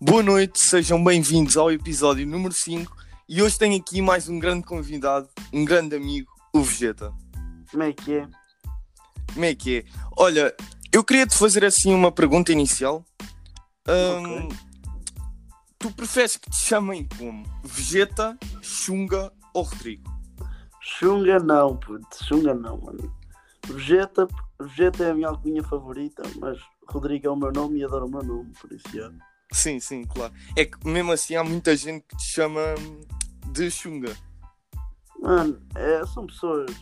Boa noite, sejam bem-vindos ao episódio número 5 e hoje tenho aqui mais um grande convidado, um grande amigo, o Vegeta. Como é que é? Como é que é? Olha, eu queria te fazer assim uma pergunta inicial. Ahm, Tu preferes que te chamem como? Vegeta, Xunga ou Rodrigo? Xunga não, puto. Xunga não, mano. Vegeta, Vegeta é a minha alcunha favorita, mas Rodrigo é o meu nome e adoro o meu nome, por isso é. Sim, sim, claro. É que mesmo assim há muita gente que te chama de Xunga. Mano, é, são pessoas.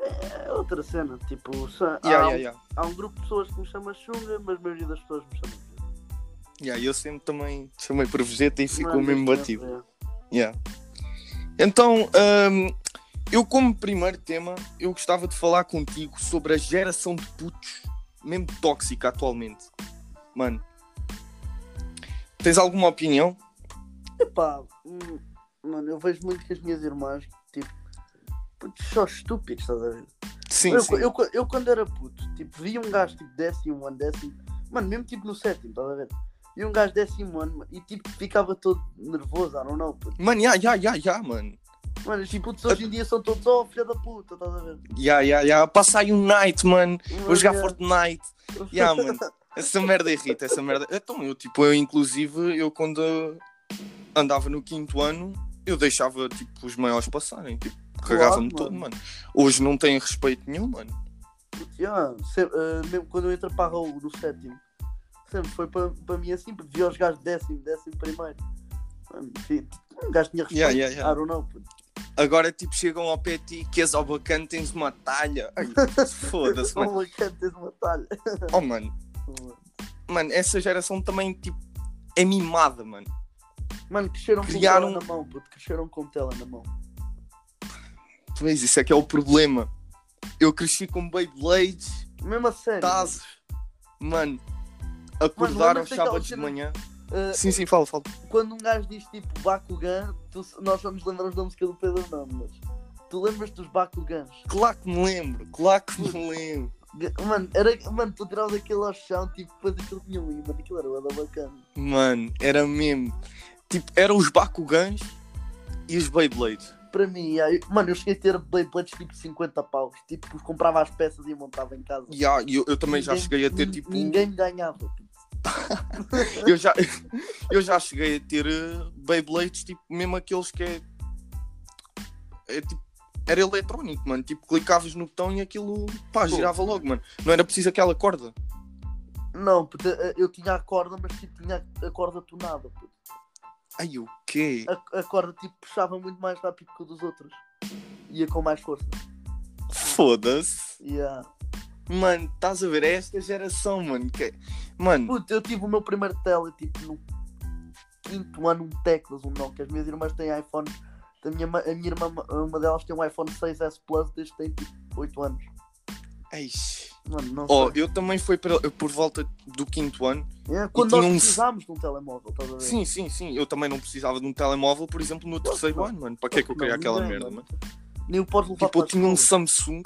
É outra cena, tipo, sa- há, Yeah, um, yeah, yeah. há um grupo de pessoas que me chama Xunga, mas a maioria das pessoas me chama Vegeta. Yeah, eu sempre também te chamei por Vegeta e ficou Mano, mesmo tipo. é, batido. é. Yeah. Então, hum, eu como primeiro tema, eu gostava de falar contigo sobre a geração de putos, mesmo tóxica atualmente. Mano, tens alguma opinião? Epá, hum, mano, eu vejo muito que as minhas irmãs, tipo, putos só estúpidos, estás a ver? Sim, eu, sim. Eu, eu quando era puto, tipo, via um gajo tipo décimo ano, décimo. Mano, mesmo tipo no sétimo, estás a ver? Via um gajo décimo ano e tipo ficava todo nervoso, I don't know, puto. Mano, já, já, já, já, mano. Mano, os putos hoje em dia são todos, oh filha da puta, estás a ver? Já, já, já. Passa aí um night, mano. Vou Mas, jogar é, Fortnite. Já, mano. Essa merda irrita, essa merda. Então, eu, tipo, eu, inclusive, eu quando andava no quinto ano, eu deixava, tipo, os maiores passarem. Tipo, cagava-me Claro, todo, mano. Hoje não tem respeito nenhum, mano. Puto, já, se- eh, mesmo quando eu entro para a Raul no sétimo, sempre foi para, para mim assim, porque via os gajos décimo, décimo primeiro. Mano, fi- um gajo tinha respeito, Yeah, yeah, yeah. I don't know, puto. Agora, tipo, chegam ao pé de ti, que és ao bacana, tens uma talha. Ai, Foda-se, mano. Um bacana, tens uma talha. Oh, mano. Mano, essa geração também, tipo, é mimada, mano. Mano, cresceram Criaram- com tela na mão, puto, cresceram com tela na mão. Pois, isso é que é o problema. Eu cresci com Beyblades, Mesmo a sério. tazos. Mano, acordar aos lembras-te daquela sábados de cena- manhã. Uh, Sim, sim, fala, fala. Quando um gajo diz tipo Bakugan, tu, nós só nos lembramos da música do Pedro Nunes. Tu lembras dos Bakugans? Claro que me lembro, claro que me lembro. G- Mano, era, mano tu tiravas aquilo ao chão, tipo, depois aquilo tinha um imã, aquilo era bué da bacana. Mano, era mesmo. Tipo, eram os Bakugans e os Beyblades. Para mim, aí- mano, eu cheguei a ter Beyblades tipo 50 paus, tipo, comprava as peças e montava em casa. E há- eu, eu também já Ninguém- cheguei a ter nin- tipo. Ninguém me ganhava. tipo. Eu já, eu já cheguei a ter eh, Beyblades, tipo, mesmo aqueles que é. é tipo, era eletrónico, mano. Tipo, clicavas no botão e aquilo, pá, girava logo, mano. Não era preciso aquela corda. Não, puto, eh, eu tinha a corda, mas tipo, tinha a corda tunada. puto. Ai, o quê? A, a corda tipo puxava muito mais rápido que a dos outros. Ia com mais força. Foda-se. Yeah. Mano, estás a ver? É esta geração, mano. Que... é- Mano, Puto, eu tive o meu primeiro tele tipo no quinto ano, um teclas, um Nokia. As minhas irmãs têm iPhone. A minha, ma- a minha irmã, uma delas tem um iPhone 6S Plus desde que tem tipo 8 anos. eixe. Mano, não Oh, sei. eu também fui pela- por, volta do quinto ano. É, quando tinha nós um- precisámos de um telemóvel, estás a ver? Sim, sim, sim. Eu também não precisava de um telemóvel, por exemplo, no terceiro não. ano, mano. Para que é que eu Não, queria aquela ninguém, merda, mano? Nem o podes levar Tipo, eu a tinha um escola. Samsung.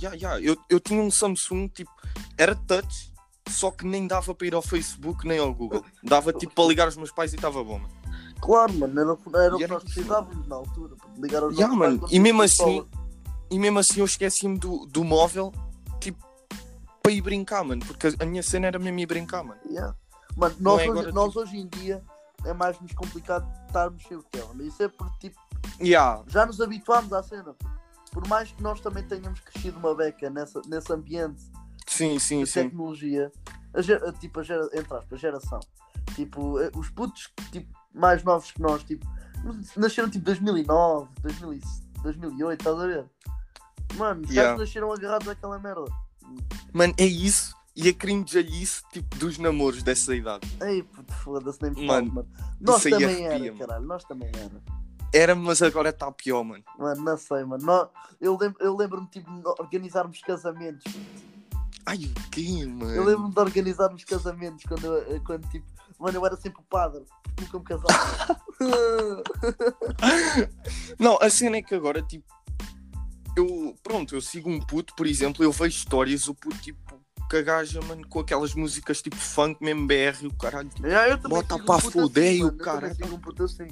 Ya, ya, Eu, eu tinha um Samsung, tipo, era touch, só que nem dava para ir ao Facebook nem ao Google. Dava tipo para ligar os meus pais e estava bom, mano. Claro, mano, era, o que- era o E que era nós isso, precisávamos na altura. puto, Ligar aos Ya, nossos mano, pais, e mesmo nós tínhamos assim- E mesmo assim eu esqueci-me do, do móvel, tipo, para ir brincar, mano. Porque a- a minha cena era mesmo ir brincar, mano. Yeah. Mano, Não nós, é hoje, agora, nós hoje em dia é mais nos complicado estarmos sem o tele. Isso é porque tipo, Ya, já nos habituámos à cena. Por mais que nós também tenhamos crescido uma beca nessa, nesse ambiente sim, sim, de sim. tecnologia, a gera- tipo, a gera, entre aspas, a geração, tipo, eh, os putos tipo, mais novos que nós, tipo, nasceram tipo 2009, 2000, 2008, estás a ver? Mano, os Yeah. gajos nasceram agarrados àquela merda. Mano, é isso. E a crinjalhice, tipo, dos namoros dessa idade. Ei, puto, foda-se, nem me falo, Mano, mano. Nós aí também arrepia, era, mano. caralho, nós também era. Era, mas agora está pior, mano. Mano, não sei, mano. Nó- eu lembro- eu lembro-me tipo, de organizarmos casamentos. Ai, o quê, mano? Eu lembro-me de organizarmos casamentos quando, eu- quando tipo. Mano, eu era sempre o padre, porque nunca me casava. Não, a cena é que agora, tipo, eu, pronto, eu sigo um puto, por exemplo, eu vejo histórias, o puto, tipo, que a gaja, mano, com aquelas músicas tipo funk, mesmo BR e o caralho. tipo, Yeah, eu também Bota sigo pra um puto fuder, o assim, mano, eu também cara. sigo um puto assim.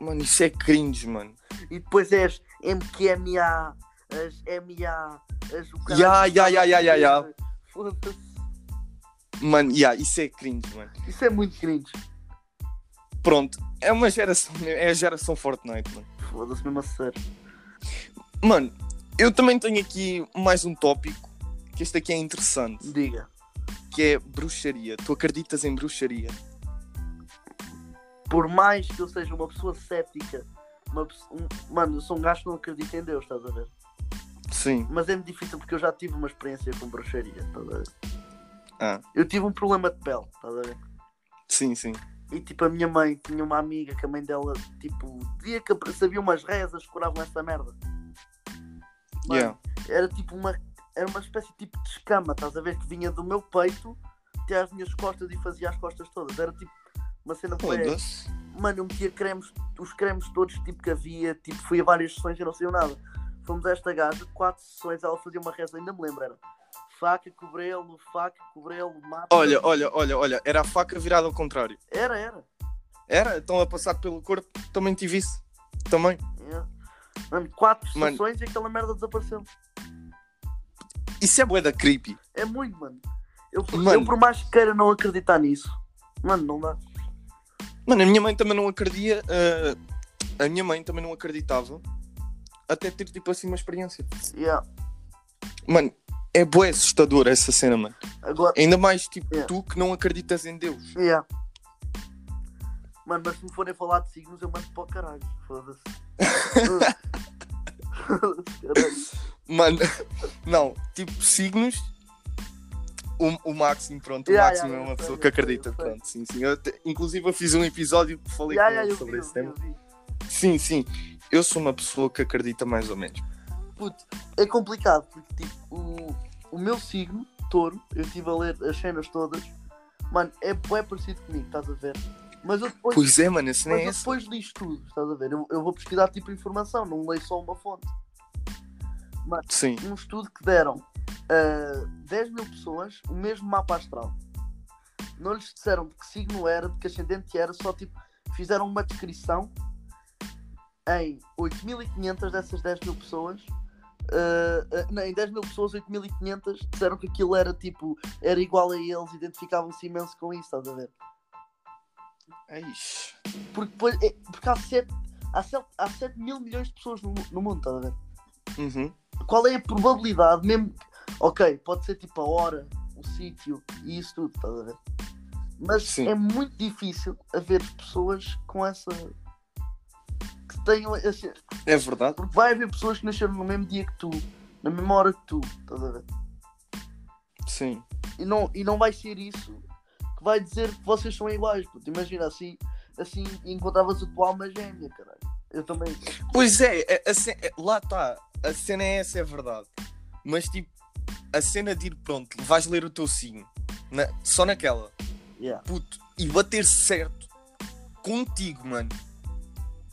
Mano, isso é cringe, mano. E depois é as MQMA, as MA, as o caralho. Ya, ya, ya, ya, ya, ya. Foda-se. Mano, yeah, isso é cringe, mano. Isso é muito cringe. Pronto, é uma geração, é a geração Fortnite, mano. Foda-se mesmo a sério. Mano, eu também tenho aqui mais um tópico, que este aqui é interessante, Diga. que é bruxaria. Tu acreditas em bruxaria? Por mais que eu seja uma pessoa cética, uma pesso- um- mano, eu sou um gajo que não acredita em Deus, estás a ver? Sim. Mas é muito difícil porque eu já tive uma experiência com bruxaria, estás a ver? Ah, Eu tive um problema de pele, estás a ver? sim, sim. E tipo, a minha mãe tinha uma amiga que a mãe dela, tipo, dizia que apre- sabia umas rezas que curavam essa merda. Mano, Yeah. Era tipo uma. Era uma espécie tipo de escama, estás a ver? Que vinha do meu peito até às minhas costas e fazia as costas todas. Era tipo uma cena Oh, bué- Foda-se. Mano, eu metia cremes, os cremes todos tipo que havia, tipo, fui a várias sessões e não saiu nada. Fomos a esta gaja, quatro sessões, ela fazia uma reza, ainda me lembro, era faca, cobrelo, faca, cobrelo, mata. Olha, olha, olha, olha, era a faca virada ao contrário. Era, era. Era? Estão a passar pelo corpo? Também tive isso. Também. Yeah. É. Mano, quatro Mano. sessões e aquela merda desapareceu. Isso é boeda creepy. É muito, mano. Eu, Mano. eu por mais que queira não acreditar nisso. Mano, não dá. Mano, a minha mãe também não acredita. a minha mãe também não acreditava. Até ter tipo assim uma experiência. Yeah. Mano, é boa assustador essa cena, mano. Agora, Ainda mais tipo Yeah. tu que não acreditas em Deus. yeah. Mano, mas se me forem falar de signos, eu mando para o caralho. Foda-se. Foda-se, caralho. Mano, não, tipo signos. O, o Máximo, pronto, o Yeah, Máximo é yeah, eu uma sei, pessoa eu que sei, acredita, eu sei. pronto, sim, sim. Eu até- inclusive eu fiz um episódio que falei Yeah, com yeah, ele eu sobre vi, eu esse vi, tema. eu vi. Sim, sim. Eu sou uma pessoa que acredita mais ou menos. Puto, é complicado porque tipo, o, o meu signo, touro, eu estive a ler as cenas todas, mano, é, é parecido comigo, estás a ver? Mas eu depois, Pois é, mano, esse nem mas é eu esse. depois li isto tudo, estás a ver? Eu, eu vou pesquisar tipo informação, não leio só uma fonte. Sim. Um estudo que deram a 10 mil pessoas o mesmo mapa astral. Não lhes disseram de que signo era, de que ascendente era, só tipo, fizeram uma descrição em 8.500 dessas 10 mil pessoas. ah, ah, não, em 10 mil pessoas, 8.500 disseram que aquilo era tipo, era igual a eles, identificavam-se imenso com isso, estás a ver? É Eish. Porque, depois, é- porque há 7, há, 7, há 7 mil milhões de pessoas no, mu- no mundo, estás a ver? Uhum. qual é a probabilidade mesmo ok, pode ser tipo a hora o sítio e isso tudo estás a ver mas Sim. é muito difícil haver pessoas com essa que tenham esse- É verdade. porque vai haver pessoas que nasceram no mesmo dia que tu na mesma hora que tu estás a ver Sim. e não, e não vai ser isso que vai dizer que vocês são iguais puto. imagina assim assim encontravas a tua alma gêmea caralho eu também Pois é, é- a ce- é- lá está. A cena é essa, é verdade. Mas tipo, a cena de ir pronto, vais ler o teu signo. na- Só naquela. yeah. Puto. E bater certo contigo, mano.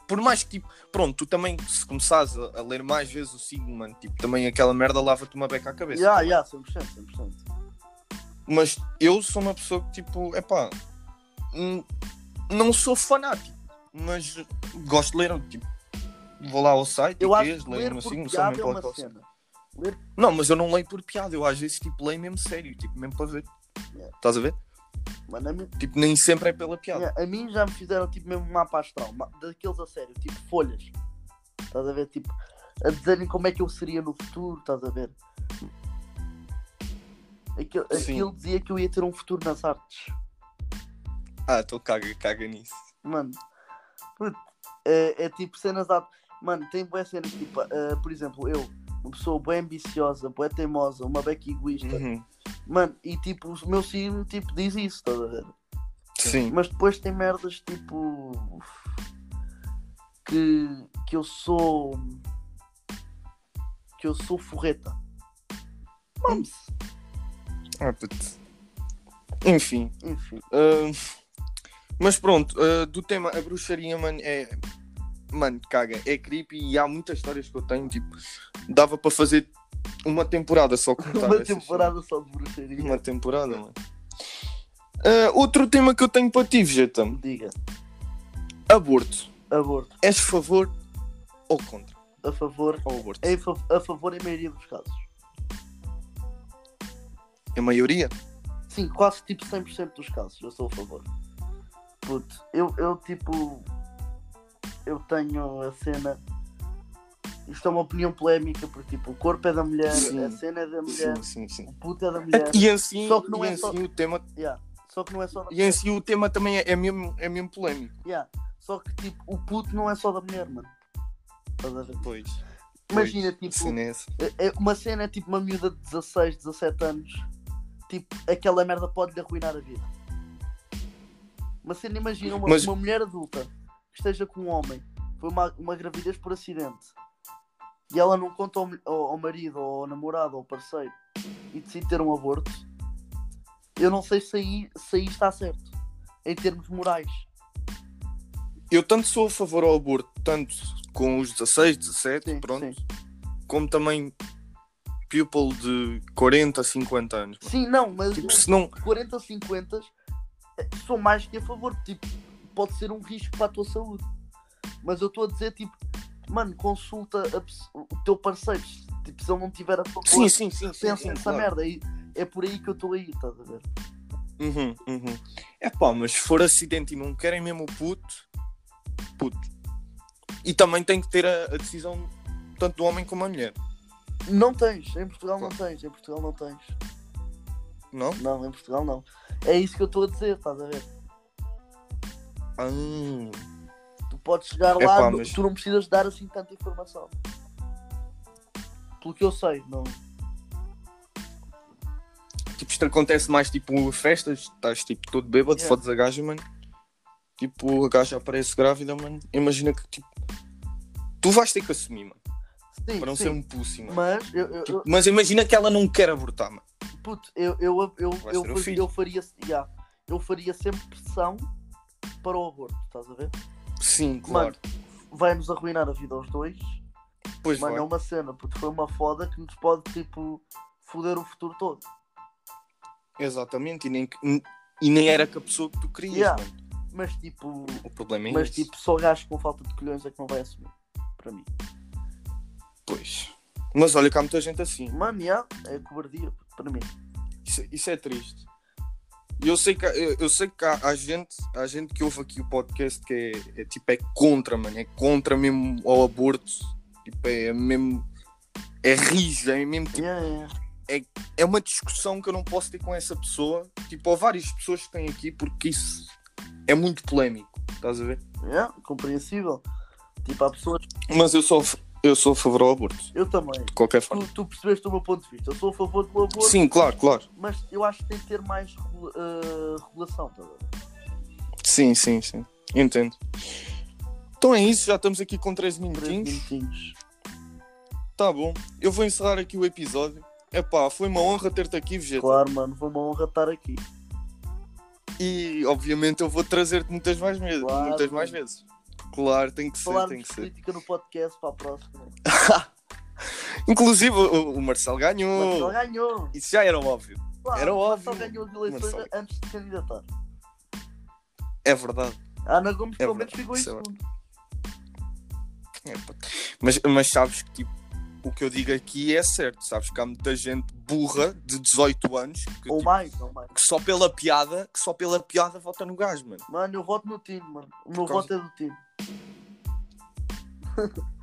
Por mais que tipo, pronto, tu também, se começares a, a ler mais vezes o signo, mano, tipo, também aquela merda lava-te uma beca à cabeça. Yeah, yeah, 100%, 100%. mas eu sou uma pessoa que tipo, é pá, não sou fanático, mas gosto de ler, tipo, vou lá ao site Eu e né? acho quês, que leio ler no por signo, só piada é mesmo uma pela calça. cena. Não, mas eu não leio por piada, eu às vezes tipo leio mesmo sério, tipo, mesmo para ver. Yeah. Estás a ver? Mano, a mim, Tipo, nem sempre é pela piada. yeah, a mim já me fizeram tipo mesmo um mapa astral, ma- daqueles a sério, tipo folhas. Estás a ver? Tipo, a dizerem como é que eu seria no futuro, estás a ver? Aquilo, Sim. aquilo dizia que eu ia ter um futuro nas artes. Ah, então caga, caga nisso. Mano, puto, é, é tipo cenas da. Mano, tem boas cenas, tipo, eh, por exemplo, eu, uma pessoa bem ambiciosa, bem teimosa, uma beca egoísta. Uhum. Mano, e tipo, o meu signo tipo, diz isso, estás a ver? Sim. Mas depois tem merdas tipo. Que, que eu sou. Que eu sou forreta. Vamos. Ah, puto. Enfim. Enfim. ah, mas pronto, ah, do tema a bruxaria, mano, é. Mano, caga, é creepy e há muitas histórias que eu tenho. Tipo, dava para fazer uma temporada só contada. Uma temporada só de bruxaria. Uma temporada, mano. Ah, outro tema que eu tenho para ti, Vegetam. Diga, Aborto. aborto. És a favor ou contra A favor, ao aborto? em fa- a favor em maioria dos casos. É A maioria? Sim, quase tipo 100% dos casos, eu sou a favor. Puto, eu, eu tipo. Eu tenho a cena. Isto é uma opinião polémica, porque tipo, o corpo é da mulher, Sim. a cena é da mulher, Sim, sim, sim. o puto é da mulher. E assim, Só que não e é assim só- o tema, Yeah. Só que não é só da e assim o tema também é, é mesmo, é mesmo polémico. Yeah. Só que tipo, o puto não é só da mulher, mano. Estás a ver? Pois. Imagina, pois, tipo, assim é essa. é- é uma cena é tipo uma miúda de 16, 17 anos, tipo, aquela merda pode-lhe arruinar a vida. Uma cena, imagina, uma, Mas- uma mulher adulta que esteja com um homem, foi uma, uma gravidez por acidente, e ela não conta ao, ao- ao marido, ou ao namorado, ou ao parceiro, e decide ter um aborto, eu não sei se aí, se aí está certo, em termos morais. Eu tanto sou a favor ao aborto, tanto com os 16, 17, Sim, pronto, sim. como também people de 40, 50 anos. mano. Sim, não, mas Tipo, se não. 40 ou 50 eh, sou mais que a favor. Tipo, pode ser um risco para a tua saúde. Mas eu estou a dizer, tipo, mano, consulta a pes- o teu parceiro. Tipo, se ele não tiver a favor, Sim, sim, sim. sim, pensa sim, nessa claro. merda. E é por aí que eu estou aí, estás a ver? Uhum, uhum. É pá, mas se for acidente e não querem mesmo o puto, puto. E também tem que ter a, a decisão tanto do homem como da mulher, Não tens, em Portugal não tens, em Portugal não tens. não? Não, em Portugal não. É isso que eu estou a dizer, estás a ver? Ah, Tu podes chegar lá, Epá, no- mas- tu não precisas dar assim tanta informação. Pelo que eu sei, não. Tipo, isto acontece mais tipo festas, estás tipo todo bêbado, Yeah. fodes a gaja, mano. Tipo, a gaja aparece grávida, mano. Imagina que tipo. Tu vais ter que assumir, mano. Sim, Para não sim. ser um pussy, mano. Mas eu- eu- eu, Tipo, mas imagina que ela não quer abortar, mano. Puto, eu, eu, eu, Vai eu, ser o faz- filho. eu faria, yeah, eu faria sempre pressão para o aborto, estás a ver? Sim, claro. Mano, vai-nos arruinar a vida aos dois. pois Mano, é vai. uma cena, puto, foi uma foda que nos pode, tipo, foder o futuro todo. Exatamente. E nem, que- e nem era que a pessoa que tu querias, Yeah. mano. Mas, tipo, O problema é mas, esse. tipo só gajo com falta de colhões é que não vai assumir. Para mim. Pois. Mas olha que há muita gente assim. Mano, yeah, é cobardia, puto, para mim. Tipo Isso, isso é triste. E eu sei que, há- eu, eu sei que há, há gente, há gente que ouve aqui o podcast que é, é tipo, é contra, mano. É contra mesmo ao aborto. Tipo, é mesmo. É rija, é mesmo. tipo, Yeah, yeah. É uma discussão que eu não posso ter com essa pessoa. Tipo, há várias pessoas que têm aqui porque isso é muito polémico. Estás a ver? yeah, compreensível. Tipo, há pessoas. Mas eu sou, a f- eu sou a favor ao aborto, de Eu também. qualquer Tu, forma. tu percebeste o meu ponto de vista. Eu sou a favor do aborto. Sim, claro, claro. mas eu acho que tem que ter mais regula- eh, regulação. Tá a ver? Sim, sim, sim. Entendo. Então é isso, já estamos aqui com 13 Três minutinhos. minutinhos. Tá bom, eu vou encerrar aqui o episódio. Epá, foi uma honra ter-te aqui, Vegeta. Claro, mano, foi uma honra estar aqui. E obviamente eu vou trazer-te muitas mais vezes. Claro. Muitas mais vezes. Claro, tem que ser, tem Falarmos que de ser. Hum. política no podcast para a próxima. Inclusive, o, o Marcelo ganhou. Mas só ganhou! Isso já era um óbvio. Claro, Era mas Só óbvio. ganhou as eleições Mas antes de se candidatar. É verdade. A Ana Gomes É pelo menos verdade, ficou em isso é segundo. É, pá. mas, mas sabes que tipo, o que eu digo aqui é certo. Sabes que há muita gente burra de 18 anos que, Ou tipo, mais, ou mais. que só pela piada, que só pela piada vota no gás, mano. Mano, eu voto no Tino, mano. O meu Por voto causa- é do Tino.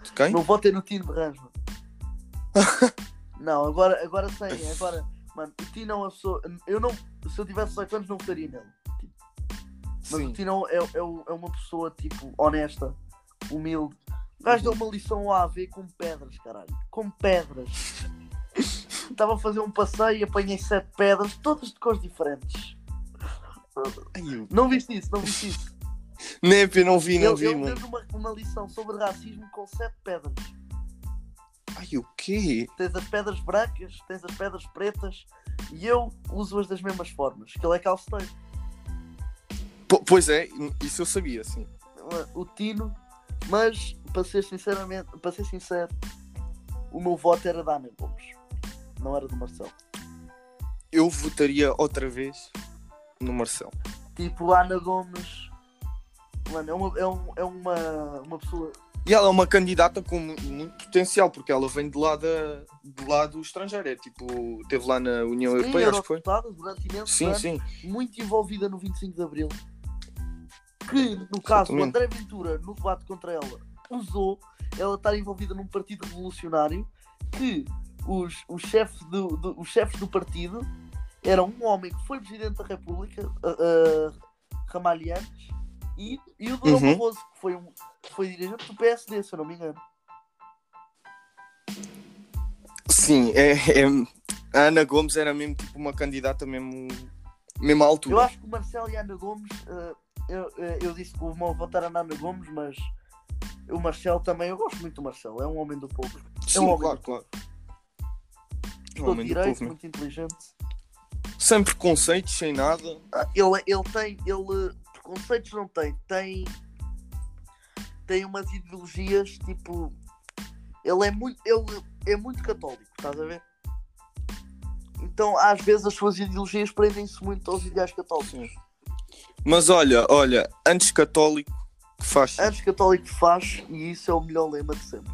De quem? O meu voto é no Tino de Rãs, mano. não, agora, agora sem. Agora, mano, o Tino é uma pessoa. Eu não. Se eu tivesse 18 anos, não votaria nele. Mas o Sim. Tino é, é, o- é uma pessoa, tipo, honesta, humilde. O gajo Uhum. deu uma lição ao AV com pedras, caralho. Com pedras. Estava a fazer um passeio e apanhei sete pedras, todas de cores diferentes. Ai, eu- Não viste isso, não viste isso. Nem, eu não vi, não ele vi, ele mano. deu-lhe uma, uma lição sobre racismo com sete pedras. Ai, o quê? Tens as pedras brancas, tens as pedras pretas e eu uso-as das mesmas formas. Que ele é calceteiro. Po- pois é, isso eu sabia, sim. o Tino, mas para ser sinceramente, para ser sincero, o meu voto era da Ana Gomes. não era do Marcelo. Eu votaria outra vez no Marcelo. Tipo, a Ana Gomes. Mano, é uma, é um, é uma, uma pessoa. E ela é uma candidata com mu- muito potencial, porque ela vem de lá, da, de lá do estrangeiro. É tipo, teve lá na União Sim, Europeia, acho que foi. eurodeputada durante imensos Sim, anos, sim. muito envolvida no 25 de Abril. Que, no caso, o Exatamente. André Ventura, no debate contra ela, usou ela estar envolvida num partido revolucionário que os, os, chefes do, do- os chefes do partido eram um homem que foi presidente da República, uh, Ramalhantes, e, e o Durão Uhum. Barroso, que foi, um, que foi dirigente do PSD, se eu não me engano. Sim, é, é- a Ana Gomes era mesmo tipo uma candidata mesmo, mesmo à Eu altura. acho que o Marcelo e a Ana Gomes. eh, eu, eh, eu disse que o meu votar era na Ana Gomes, mas o Marcelo também. Eu gosto muito do Marcelo, é um homem do povo. Sim, homem claro, do- claro. Um Todo homem do direito, povo, mesmo. muito inteligente. Sem preconceitos, sem nada. Ah, Ele, ele tem. Ele. eh, Preconceitos não tem. Tem. Tem umas ideologias tipo. Ele é muito. Ele é muito católico, estás a ver? Então, às vezes, as suas ideologias prendem-se muito aos ideais católicos. Sim. Mas olha, olha, antes católico que faz. Antes católico faz, e isso é o melhor lema de sempre.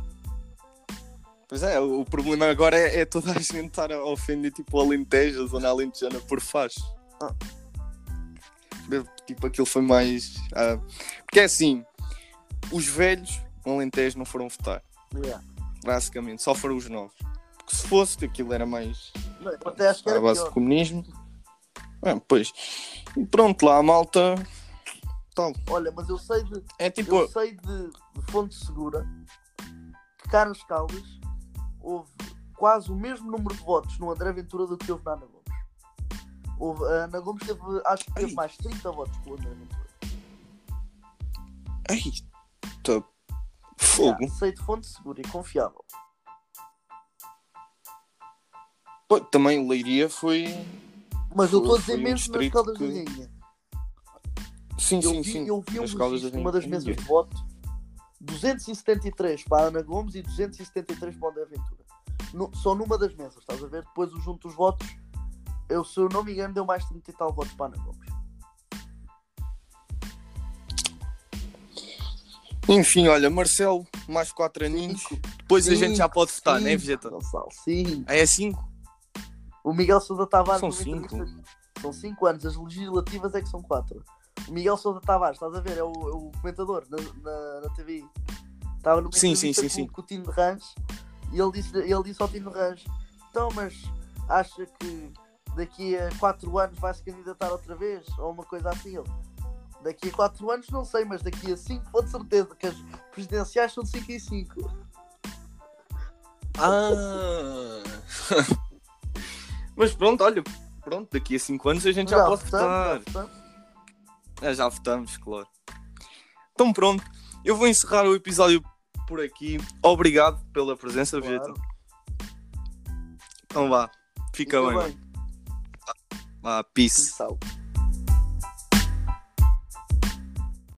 Pois é, o problema agora é, é toda a gente estar a ofender tipo o Alentejo, a zona alentejana por faz. Ah. Tipo, aquilo foi mais. ah, Porque é assim, os velhos no Alentejo não foram votar, Yeah. basicamente, só foram os novos. Porque se fosse, aquilo era mais Não, eu até acho que à era base pior. de comunismo. Ah, pois. E pronto, lá a malta. Olha, mas eu sei de, É tipo. eu sei de, de fonte segura que Carlos Caldas houve quase o mesmo número de votos no André Ventura do que houve na Ana Gomes. Houve, a Ana Gomes teve, acho que teve Ai. mais 30 votos que o André Ventura. Eita. Já, tá, Fogo. sei de fonte segura e confiável. Pô, também Leiria foi. Mas eu estou Foi- a dizer foi um mesmo nas distrito Caldas da que- Rainha. Sim, Eu sim, vi, sim. eu vi um Nas Caldas da registro numa das Rainha. mesas de voto 273 para a Ana Gomes e 273 para o André Ventura. No- só numa das mesas, estás a ver? Depois o junto dos votos, eu, se eu não me engano, deu mais 30 e tal votos para a Ana Gomes. Enfim, olha, Marcelo, mais 4 aninhos. Cinco. Depois a Cinco. gente já pode votar, né, Cinco, Vegeta? Gonçalo, sim. Ah, É 5? O Miguel Sousa Tavares. São numa cinco. entrevista- São 5 anos, as legislativas é que são 4. O Miguel Sousa Tavares, estás a ver? É o, é o comentador na, na, na TV. Estava numa Sim, sim, entrevista sim, sim. com, com o Tino de Rãs e ele disse, ele disse ao Tino de Rãs: Então, mas acha que daqui a 4 anos vai se candidatar outra vez? Ou uma coisa assim? Ele, daqui a 4 anos não sei, mas daqui a 5 vou de certeza que as presidenciais são de 5 e 5. Ah! Mas pronto, olha, pronto, daqui a 5 anos a gente já, pode votar. portanto, portanto, Ah, já votamos, claro. Então pronto, eu vou encerrar o episódio por aqui. Obrigado pela presença, Vegeta. claro. Então vá, fica, bem. Fica mano. Vá, peace. Salve.